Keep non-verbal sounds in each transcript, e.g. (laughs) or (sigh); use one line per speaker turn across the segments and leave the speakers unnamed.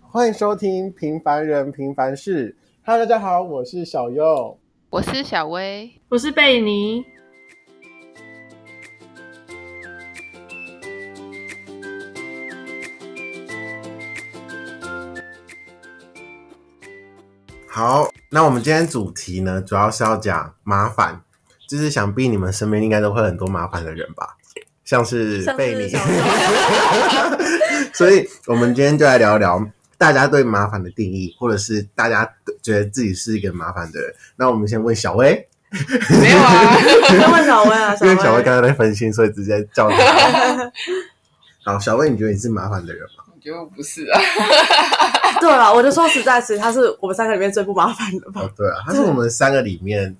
欢迎收听《平凡人平凡事》。Hello，大家好，我是小优。
我是小薇，
我是贝尼。
好，那我们今天主题呢，主要是要讲麻烦，就是想必你们身边应该都会很多麻烦的人吧，像是
像是
贝尼
小时。
(laughs) 所以，我们今天就来聊聊大家对麻烦的定义，或者是大家觉得自己是一个麻烦的人。那我们先问小薇，
没有啊，
(laughs)
要问小薇啊，
因为小薇
薇，
刚刚在分心，所以直接叫她。
(laughs)
好，小薇，你觉得你是麻烦的人吗？
我觉得我不是啊，
(laughs) 对了，我就说实在，其实他是我们三个里面最不麻烦的吧。
哦，对啊，他是我们三个里面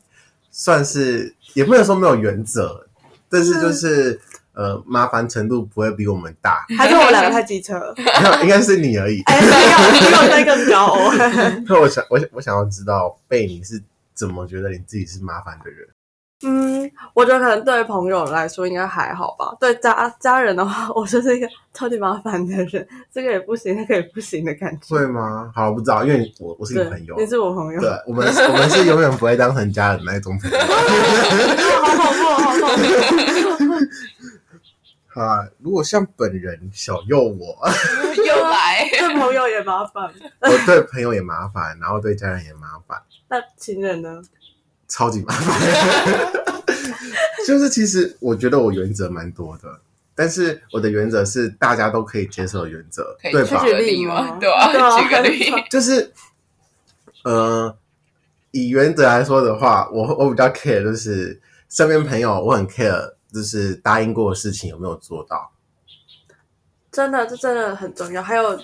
算是也不能说没有原则，但是就是呃麻烦程度不会比我们大，
(laughs)
还是我们两个太机车？
没有应该是你而已。
哎，没有，比我在更高哦。
那我想，我想我想要知道贝你是怎么觉得你自己是麻烦的人？
(laughs) 嗯，我觉得可能对朋友来说应该还好吧。对家家人的话， (laughs) 我就是一个超级麻烦的人，这个也不行，那个也不行的感觉。
会吗？好，我不知道，因为你我我是你
对
朋友，，
你是我朋友
对，，我们我们是永远不会当成家人那一种朋友。
(laughs) 好恐怖哦，好恐怖！
好啊，如果像本人小右我，
(laughs)
(laughs)
又来，
对朋友也麻烦，
我对朋友也麻烦，然后对家人也麻烦，
那情人呢？
超级麻烦。 (laughs) 就是其实我觉得我原则蛮多的，但是我的原则是大家都可以接受的原则，
可以
对
举
吧
去？
个例吗？
对
对啊，
啊
举个
(laughs)
例，
就是呃，以原则来说的话，我我比较 care 就是身边朋友，我很 care 就是答应过的事情有没有做到。
真的，这真的很重要。还有，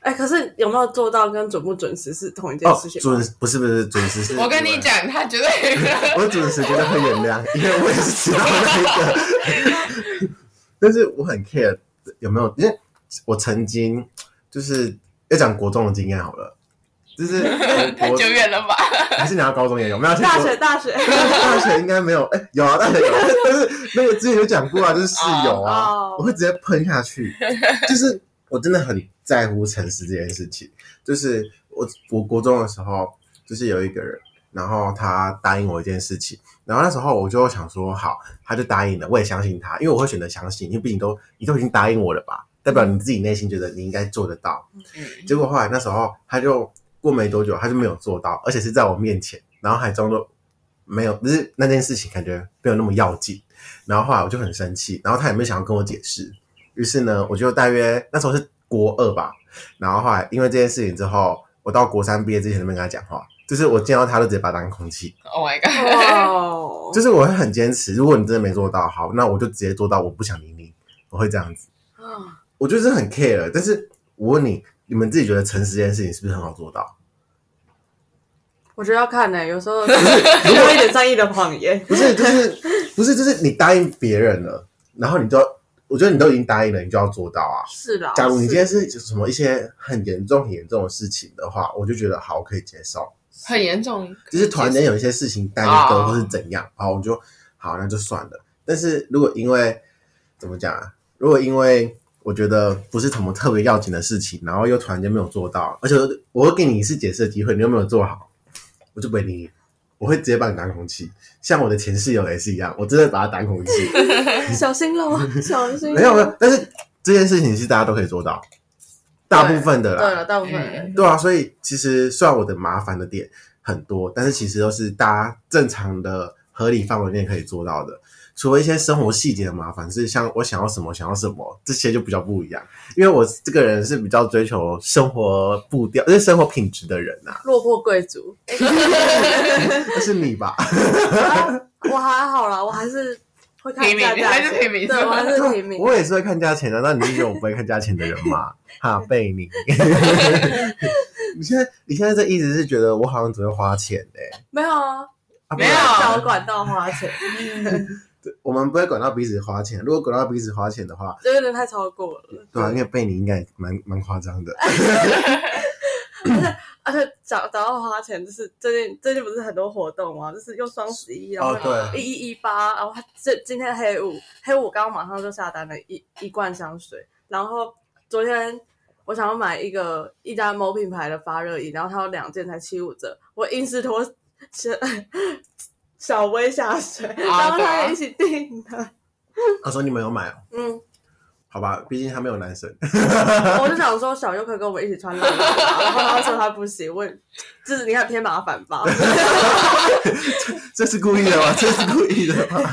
哎、可是有没有做到跟准不准时是同一件
哦
事，情吗？
准不是不是准时是，
我跟你。讲，他绝对
(laughs) 我准时绝对会原谅，因为我也是知道那个。 (laughs) 但是我很 care 有没有，因为我曾经就是要讲国中的经验好了，就是我
太
国
(laughs) (laughs) 久远了吧？
还是你要高中也有，没有？
大
其实
学，
我
大学
大学应该没有，哎、有啊，大学有，但是那个之前有讲过啊，就是室友啊
哦
我会直接喷下去，就是我真的很在乎诚实这件事情。就是我我国中的时候，就是有一个人，然后他答应我一件事情，然后那时候我就想说好，他就答应了，我也相信他，因为我会选择相信，因为毕竟都你都已经答应我了吧，代表你自己内心觉得你应该做得到。
嗯
结果后来那时候他就过没多久，他就没有做到，而且是在我面前，然后还装作没有，就是那件事情感觉没有那么要紧。然后后来我就很生气，然后他也没想要跟我解释。于是呢，我就大约那时候是国二吧，然后后来因为这件事情之后，我到国三毕业之前都没跟他讲话，就是我见到他都直接把他当空气，
，Oh my god，
哇哦
就是我会很坚持，如果你真的没做到好，那我就直接做到我不想理你，我会这样子。
啊
我就是很 care，但是我问你，你们自己觉得诚实这件事情是不是很好做到？
我觉得要看呢、有时候需要一点善意的谎言。
不是，就是不是，就是你答应别人了，然后你就要，我觉得你都已经答应了，你就要做到啊。
是啦，
假如你今天
是
是什么一些很严重、很严重的事情的话，我就觉得好，我可以接受。
很严重，
就是突然间有一些事情耽搁
哦
啊
或是怎样，好，我就好，那就算了。但是如果因为怎么讲啊？如果因为我觉得不是什么特别要紧的事情，然后又突然间没有做到，而且我会给你一次解释的机会，你又没有做好，我就不会理你，我会直接把你当空气。像我的前室友也是一样，我真的把他当
(laughs)
空气。
小心喽，小心。
没有没有，，但是这件事情是大家都可以做到，大部分的
对
啦。
了，大部分人、
对啊，所以其实虽然我的麻烦的点很多，但是其实都是大家正常的合理范围内可以做到的。除了一些生活细节的麻烦，是像我想要什么想要什么这些就比较不一样，因为我这个人是比较追求生活步调，就是生活品质的人呐、啊。
落魄贵族。
那是你吧？
啊我还好啦，我还是会看一下
平民还是
价钱
平民
对，我还是平民。
我也是会看价钱的，那你是觉得我不会看价钱的人吗？哈，贝
(laughs)
你，你现在你现在这一直是觉得我好像只会花钱哎、
没有啊，
啊不
没有
然
小管道花钱，
我们不会管到彼此花钱。如果管到彼此花钱的话，
这有点太超过了。
对啊，因为贝你应该也蛮蛮夸张的。
而且啊找找到花钱，就是最近最近不是很多活动嘛，就是又双十一，啊
哦
然后
哦对
一一一八，然后这今天黑五，黑五刚刚马上就下单了一一罐香水，然后昨天我想要买一个一家某品牌的发热衣，然后它有两件才七五折，我硬是拖小小薇下水，然后
对
他
啊
也一起订的。
他说你们有买哦，
嗯，
好吧，毕竟他没有男生。
我就想说小优可以跟我们一起穿蓝色啊，然后他说他不行，问就是你看天麻烦
(laughs)
吧。
(laughs) 这是故意的吗？这是故意的吗？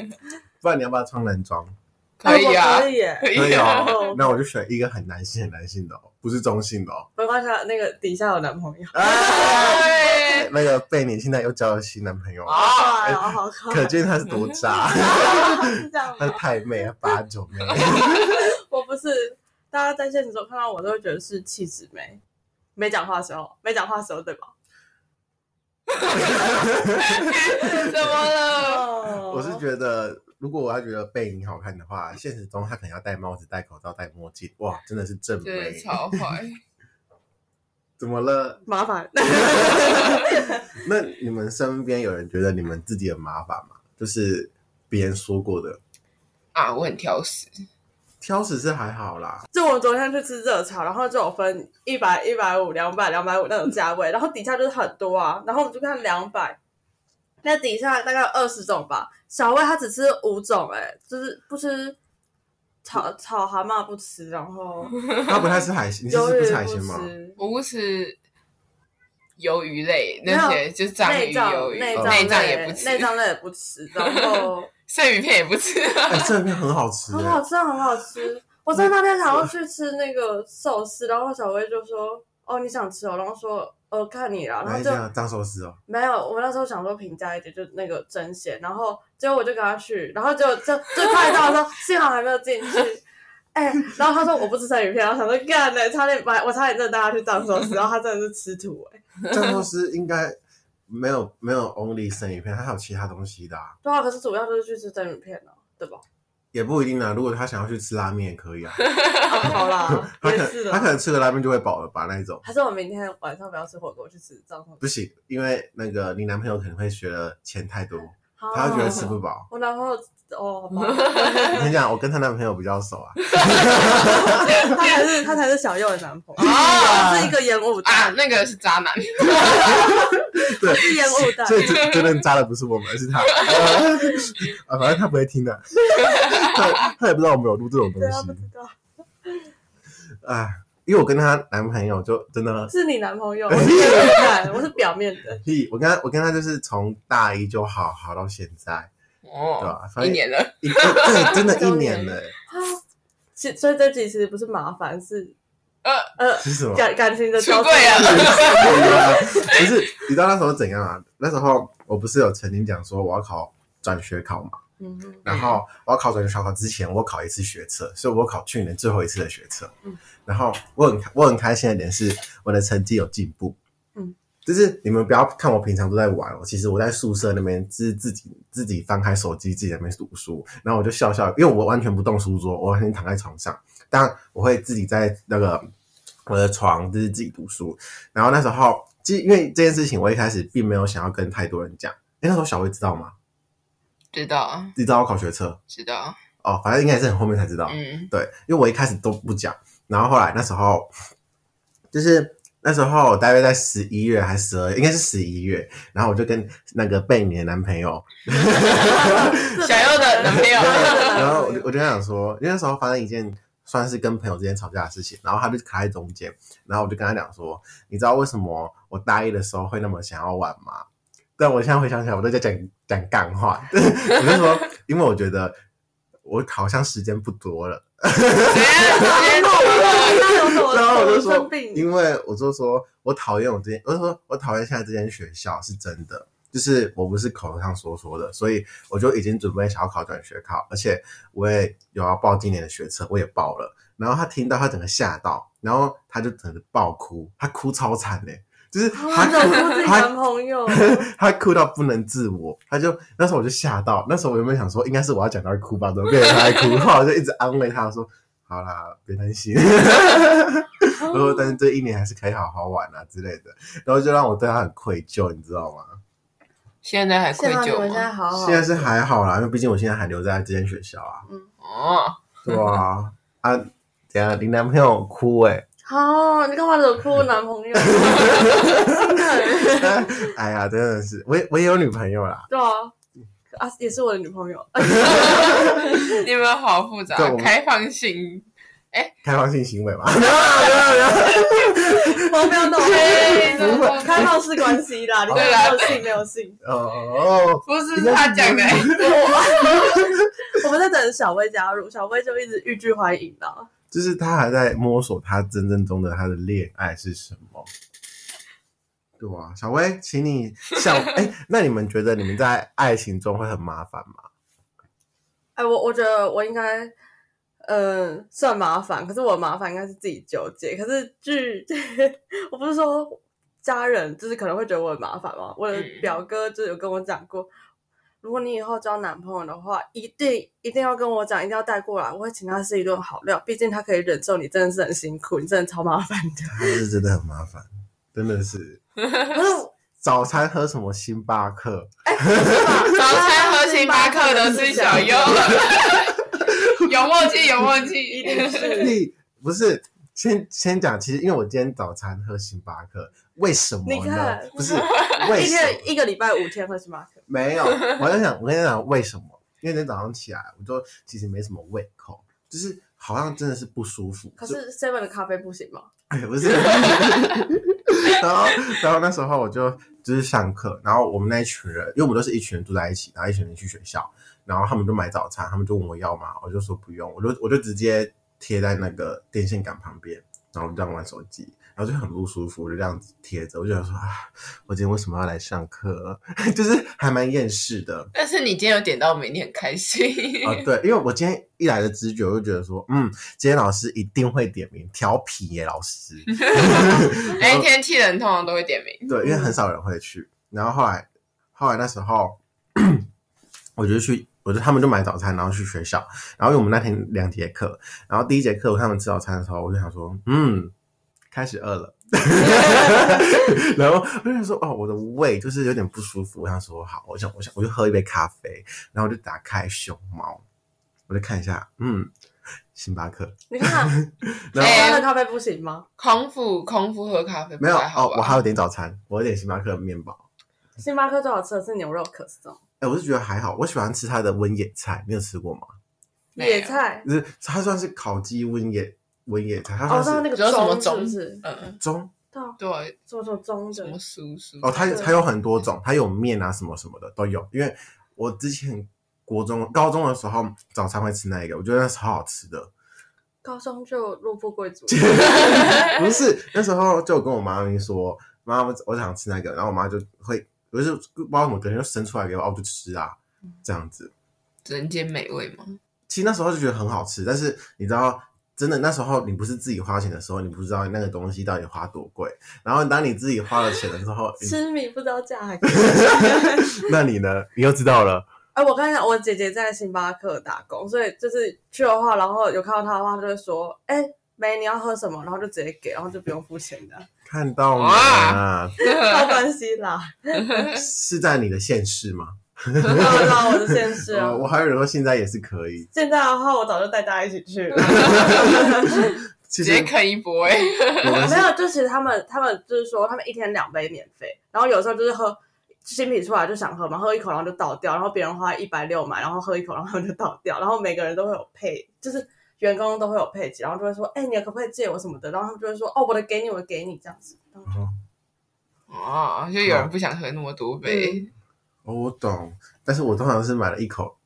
(laughs) 不然你要不要穿男 (laughs) 装？
可以
哎我
啊
可，以耶，
可
可以
啊，
哦，那我就选一个很男性、很男性的哦，不是中性的哦。
没关系啊，那个底下有男朋友。
(laughs) 哎，
对，
那个贝，你现在又交了新男朋友，哦 (laughs)
啊
哇，好可
可见他是多 (laughs) 渣，
爱，是这样
他 (laughs) 是
吗？
太妹，他八九 (laughs) 妹。
我不是，大家在现实中看到我都会觉得是气质妹，没讲话的时候，没讲话的时候对吧？
怎么了？
哦
我是觉得，如果我要觉得贝你好看的话，现实中他可能要戴帽子、戴口罩、戴墨镜，哇，真的是正
真的
妹。
超坏，
怎么了？
麻烦。 (laughs)
那你们身边有人觉得你们自己很麻烦吗？就是别人说过的，
啊，我很挑食，
挑食是还好啦，
就我昨天去吃热炒，然后就有分一百、一百五、两百、两百五那种价位，然后底下就是很多啊，然后我们就看两百，那底下大概有二十种吧。小魏他只吃五种、哎，就是不吃炒炒蛤蟆不吃，然后
他不太吃海鲜，你是
鱿
不
鱼
吃海鲜吗？
吃，
我不吃鱿鱼类
没有
那些，就是章
内
鱼、
脏
鱿鱼、哦
内
内
脏
脏
也不吃，
内脏类也不吃，然
(laughs)
后。
生鱼片也不吃，
哎、这片很好吃、
很
哎
好吃，很好吃。我在那天想要去吃那个寿司，然后小薇就说：“哦，你想吃哦？”然后说：“呃，看你啦。”然
哪
后
一
就
家藏寿司哦？
没有。我那时候想说平价一点，就那个真鲜。然后结果我就跟他去，然后结果就就快到的时候，幸好还没有进去。哎、然后他说我不吃生鱼片，然后想说干嘞，差点把我差点真的带他去藏寿司，然后他真的是吃土哎、
藏寿司应该没有没有 only 生鱼片，它还有其他东西的、啊，
对啊，可是主要就是去吃生鱼片了、
(laughs)
对吧？
也不一定啊。如果他想要去吃拉面也可以
(laughs)
啊，
哦，好啦，
他
也
可
是哦的
他可。能吃个拉面就会饱了吧那一种。
还是我明天晚上不要吃火锅，去吃藏寿司。
不行，因为那个你男朋友可能会觉得钱太多，
好
他会觉得吃不饱。
我男朋友哦，好吧
(laughs) 我跟你讲，我跟她男朋友比较熟啊，
他才是他才是小右的男朋友，
啊
他是一个烟雾
啊
弹，，
那个是渣男，
对，
是烟雾弹。
所以真真正扎的不是我们，是
(laughs)
他。啊，反正他不会听的、他他也不知道我们有录这种东
对啊，不知
西
道
啊。因为我跟她男朋友就真的
是你男
(laughs)
朋友，我是烟雾弹，我是表面的。
屁，我跟他我跟他就是从大一就好好到现在，对啊
哦，
吧、反
一
正
年了，
一个对，真的一
周年
年了、欸，
啊其所以这集其实不是麻烦，是
呃
呃
是什么？
感感情的
出
交
柜
叉
了，
(laughs) 不是，你知道那时候怎样啊？那时候我不是有曾经讲说我要考转学考嘛，
嗯哼
然后我要考转学考之前，我考一次学测，所以我考去年最后一次的学测。
嗯
然后我很我很开心的点是我的成绩有进步。
嗯，
就是你们不要看我平常都在玩哦，其实我在宿舍那边是自己自己翻开手机自己在那边读书，然后我就笑笑，因为我完全不动书桌，我完全躺在床上，但我会自己在那个我的床就是自己读书。然后那时候，其实因为这件事情，我一开始并没有想要跟太多人讲。哎，那时候小薇知道吗？
知道
你知道我考学测
知道，
哦，反正应该也是很后面才知道。
嗯，
对，因为我一开始都不讲，然后后来那时候就是那时候我大约在十一月还是十二，应该是十一月，然后我就跟那个贝米的男朋友，
小右的男朋
哎
友
然后我就
(laughs)
我就跟他讲说，因为那时候发生一件算是跟朋友之间吵架的事情，然后他就卡在中间，然后我就跟他讲说，你知道为什么我大一的时候会那么想要玩吗？但我现在回想起来，我都在讲讲干话， (laughs) 我就说，因为我觉得我好像时间不多了。
怎样？直接透露
那有什么
(laughs) 然后我就
什么生
说，
病？
因为我就说我讨厌我这间，我就说我讨厌现在这间学校是真的，就是我不是口头上说说的，所以我就已经准备想要考转学考，而且我也有要报今年的学测，我也报了。然后他听到，他整个吓到，然后他就整个爆哭，他哭超惨的、就是他
他
哭
怎么不是你
他
男朋
(laughs)
友？
他哭到不能自我，他就那时候我就吓到，那时候我原本想说应该是我要讲到哭吧，怎么变成他在哭？后来我就一直安慰他说：“好啦，别担心。”然后
(laughs)
但是这一年还是可以好好玩啊之类的，然后就让我对他很愧疚，你知道吗？
现在还愧
幸好你
疚
们现在
吗？
好好，
现在是还好啦，因为毕竟我现在还留在这间学校啊，
哦，
对啊，啊，怎样？你男朋友哭哎、
好，啊你干嘛惹哭我男朋 (laughs) 友？
(laughs) 哎呀，真的是，我也我也有女朋友啦，
对啊，啊，也是我的女朋友。
(laughs) 你们好复杂
对我，们
开放性，
开放性行为嘛，
(laughs)
(laughs)
我没有弄，
(laughs)
对对对
开放式关系啦，你没有性没有性。
哦哦，
不是他讲的，
啊 (laughs) 我们在等小薇加入，小薇就一直欲拒还迎啊的。
(laughs) 就是他还在摸索他真正中的他的恋爱是什么。对啊，小薇，请你
(laughs)
想，哎、那你们觉得你们在爱情中会很麻烦吗？
哎，我我觉得我应该，嗯、算麻烦，可是我的麻烦应该是自己纠结。可是据 (laughs) 我不是说家人就是可能会觉得我很麻烦吗？我的
嗯
表哥就有跟我讲过，如果你以后交男朋友的话，一定一定要跟我讲，一定要带过来，我会请他吃一顿好料。毕竟他可以忍受你真的是很辛苦，你真的超麻烦的。
他是真的很麻烦，真的是
可是我
早餐喝什么星巴克？
(laughs) 早餐喝星巴克的是小
(laughs)
优，有默契，有默
一
契，
定是
你不是先先讲，其实因为我今天早餐喝星巴克，为什么
你
呢
看？ (laughs)
不是为
一
什么？
天一个礼拜五天喝星巴克。
没有，我在想，我跟你讲为什么？因为今天早上起来，我就其实没什么胃口，就是好像真的是不舒服。
可
就是
Seven 的咖啡不行吗？
(laughs) 哎，不是。然后，然后那时候我就就是上课，然后我们那一群人，因为我们都是一群人住在一起，然后一群人去学校，然后他们就买早餐，他们就问我要吗？我就说不用，我就我就直接贴在那个电线杆旁边，然后我就这样玩手机，然后就很不舒服，我就这样子贴着，我就想说啊，我今天为什么要来上课？ (laughs) 就是还蛮厌世的。
但是你今天有点到名，你很开心，
啊，对，因为我今天一来的直觉，我就觉得说，嗯，今天老师一定会点名，调皮耶，老师。
(laughs) 哎，天气人通常都会点名，
对，因为很少人会去。然后后来，后来那时候，我就去，我就他们就买早餐，然后去学校。然后因为我们那天两节课，然后第一节课我看他们吃早餐的时候，我就想说，嗯，开始饿了。 (laughs) 然后我就想说，哦，我的胃就是有点不舒服。我想说，好，我想，我想，我就喝一杯咖啡，然后我就打开熊猫，我就看一下，嗯，星巴克。
你看，
然后
哎
台湾的咖啡不行吗？
空腹空腹喝咖啡不
没有
太好啊
哦，我
吧？
还有点早餐，我有点星巴克的面包。
星巴克最好吃的是牛肉可颂，
哎、我是觉得还好，我喜欢吃它的温野菜，你有吃过吗？
没有
野菜，
就是它算是烤鸡温野温野菜，它
哦，知道
算
那
是
个
主要什么
是
种
不是？
嗯，
中
对啊，
对，
什么什么中
什
的
么叔叔
哦，它有
对
它有很多种，它有面啊什么什么的都有。因为我之前国中、高中的时候早餐会吃那一个，我觉得那超好吃
(laughs)
的。
高中就落魄
(laughs)
贵族，，
不是那时候就跟我妈咪说，妈，我我想吃那个，然后我妈就会，我就是不知道怎么，可能就生出来给我，啊我就吃啊，这样子。
人间美味 (laughs) 嘛，
其实那时候就觉得很好吃，但是你知道，真的那时候你不是自己花钱的时候，你不知道那个东西到底花多贵。然后当你自己花了钱的时候
吃米不知道价格。
你那你呢？你又知道了，
(laughs) 哎，我跟你讲，我姐姐在星巴克打工，所以就是去的话，然后有看到她的话，她就会说，哎，妹你要喝什么，然后就直接给，然后就不用付钱
(laughs)
的，
看到你啊，
靠关系啦。
是在你的现世吗？
知道知道我的现实啊
呃，。
哦
我还有人说现在也是可以，
现在的话，我早就带大家一起去了。
其
直
实
接啃一波哎，
我们
啊没
是
有，就其实他们他们就是说，他们一天两杯免费，然后有时候就是喝新品出来就想喝嘛，喝一口然后就倒掉，然后别人花一百六买，然后喝一口然后就倒掉，然后每个人都会有配，就是员工都会有配给，然后就会说，哎、你可不可以借我什么的？然后他们就会说，哦，我的给你，我的给你这样子。 (laughs) 然后就
哦
哦，就有人不想喝那么多杯，
哦，我懂，但是我通常是买了一口。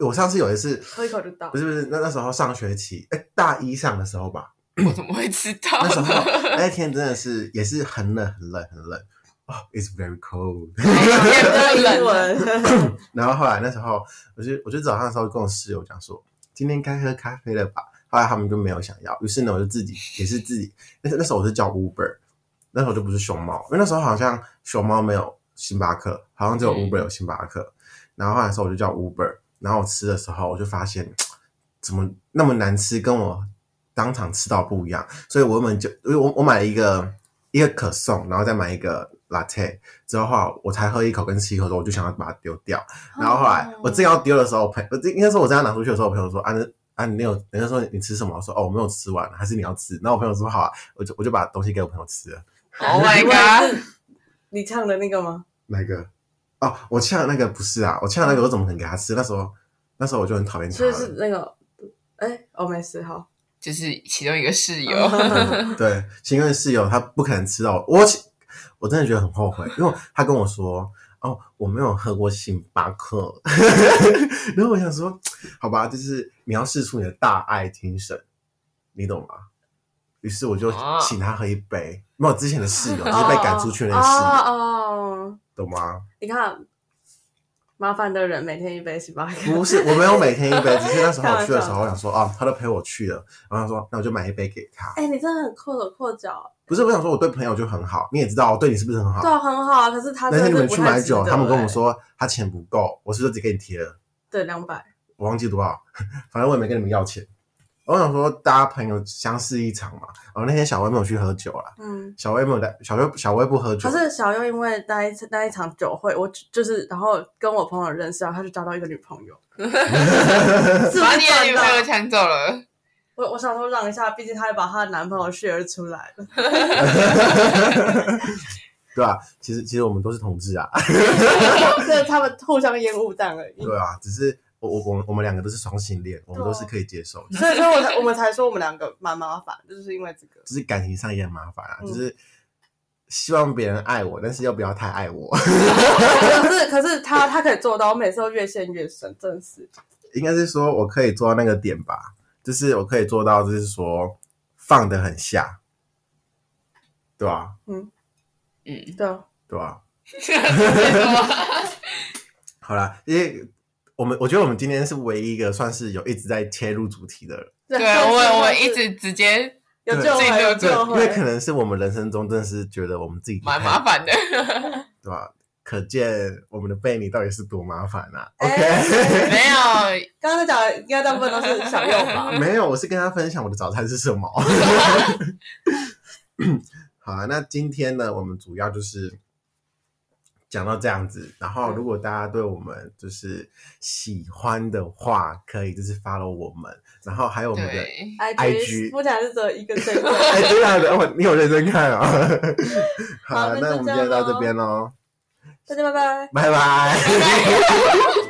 我上次有一次，
喝一口就倒
不。是不是，那那时候上学期，哎、大一上的时候吧，
我怎么会知道
那时候
呢？
那一天真的是也是很冷很冷很冷哦、i t s very cold 。
也
英
不冷了，
文，
然后后来那时候，我就我就早上的时候跟我室友讲说，今天该喝咖啡了吧？后来他们就没有想要，于是呢我就自己也是自己，那时那时候我是叫 Uber，那时候就不是熊猫，因为那时候好像熊猫没有星巴克，好像只有
嗯
Uber 有星巴克。然后后来的时候我就叫 Uber，然后我吃的时候我就发现怎么那么难吃，跟我当场吃到不一样，所以我们就因为我我买了一个一个可颂，然后再买一个 latte，之后后来我才喝一口跟吃一口的时候，
哦
我就想要把它丢掉。然后后来我正要丢的时候，我朋我这应该说我正要拿出去的时候，我朋友说啊，那啊，你有人家说你吃什么？我说哦，我没有吃完，还是你要吃？然后我朋友说好啊，我就我就把东西给我朋友吃了。
(laughs) Oh my god！
你唱的那个吗？
哪个？哦，我呛的那个不是啊，我呛的那个我怎么可能给他吃？那时候那时候我就很讨厌他
所以
了。
是那个，哎，哦，没事，好，
就是其中一个室
(laughs)
友，
嗯对，新任室友他不可能吃到我，我其我真的觉得很后悔，因为他跟我说。哦，我没有喝过星巴克， (laughs) 然后我想说，好吧，就是你要试出你的大爱精神，你懂吗？于是我就
啊
哦
请他喝一杯，没有之前的室友，就是
哦
被赶出去的那个室友，
哦哦，
懂吗？
你看，麻烦的人每天一杯星巴克，
不是，我没有每天一杯，只是那时候我去的时
(laughs) 开玩
候，我想说，哦，他都陪我去了，然后他说，那我就买一杯给他。
(laughs) 哎，你真的很阔手阔脚，
不是，我想说，我对朋友就很好，你也知道，我对你是不是很好？
对啊，很好啊。可是他
那
真
天
的
你们
是不
去
太
买
值得
酒，他们跟
哎
我说他钱不够，我是不是只给你贴了？
对两百，
我忘记多少，反正我也没跟你们要钱。我想说，大家朋友相识一场嘛。然后那天小薇没有去喝酒啦，
嗯。
小薇没有带，小薇小薇不喝酒
可，是小优因为那一次那一场酒会，我就就是然后跟我朋友认识，然后他就交到一个女朋
(laughs)
友，是不
(laughs) 把
是
你的女
真
朋友
的？
抢走了。
(laughs) 我我想说让一下，毕竟她也把她的男朋友 share 出来
(laughs)
了。
对吧、其实其实我们都是同志啊， (laughs)
对，他们互相烟雾弹而已。
对啊，只是我我我们我们两个都是双性恋，我们
啊
都是可以接受的，
所以说我才我们才说我们两个蛮麻烦，就是因为这个。
只是感情上也很麻烦啊，
嗯
就是希望别人爱我，但是又不要太爱我，
可是可是他他可以做到，我每次都越陷越深，真的是。
应该是说我可以做到那个点吧，就是我可以做到，就是说放得很下，对吧、
(laughs)
嗯，
对啊，
对吧、
什
好啦，因为我们我觉得我们今天是唯一一个算是有一直在切入主题的人，
对，啊
真是
我我们
真
一
的是
直直接
有
对
救
自己
回，
都
有
对
救
因为可
回。
能是我们人生中真的是觉得我们自己
蛮
太
麻烦的。
对吧？可见我们的贝尼到底是多麻烦啊
哎
！OK，
没有，
刚刚在讲的应该大部分都是小右
(laughs)
吧？ (laughs)
没有，我是跟他分享我的早餐是什么。 (laughs) 好啊，那今天呢，我们主要就是讲到这样子。然
嗯
后，如果大家对我们就是喜欢的话，可以就是 follow 我们，然后还有我们的
对，
IG
目前是只有一个这个。
哎，真的假的，我你有认真看
(laughs)
啊、好，啊
好那就
那我们今
这样
天到
咯
这边喽，
大家拜拜。
拜拜。
拜拜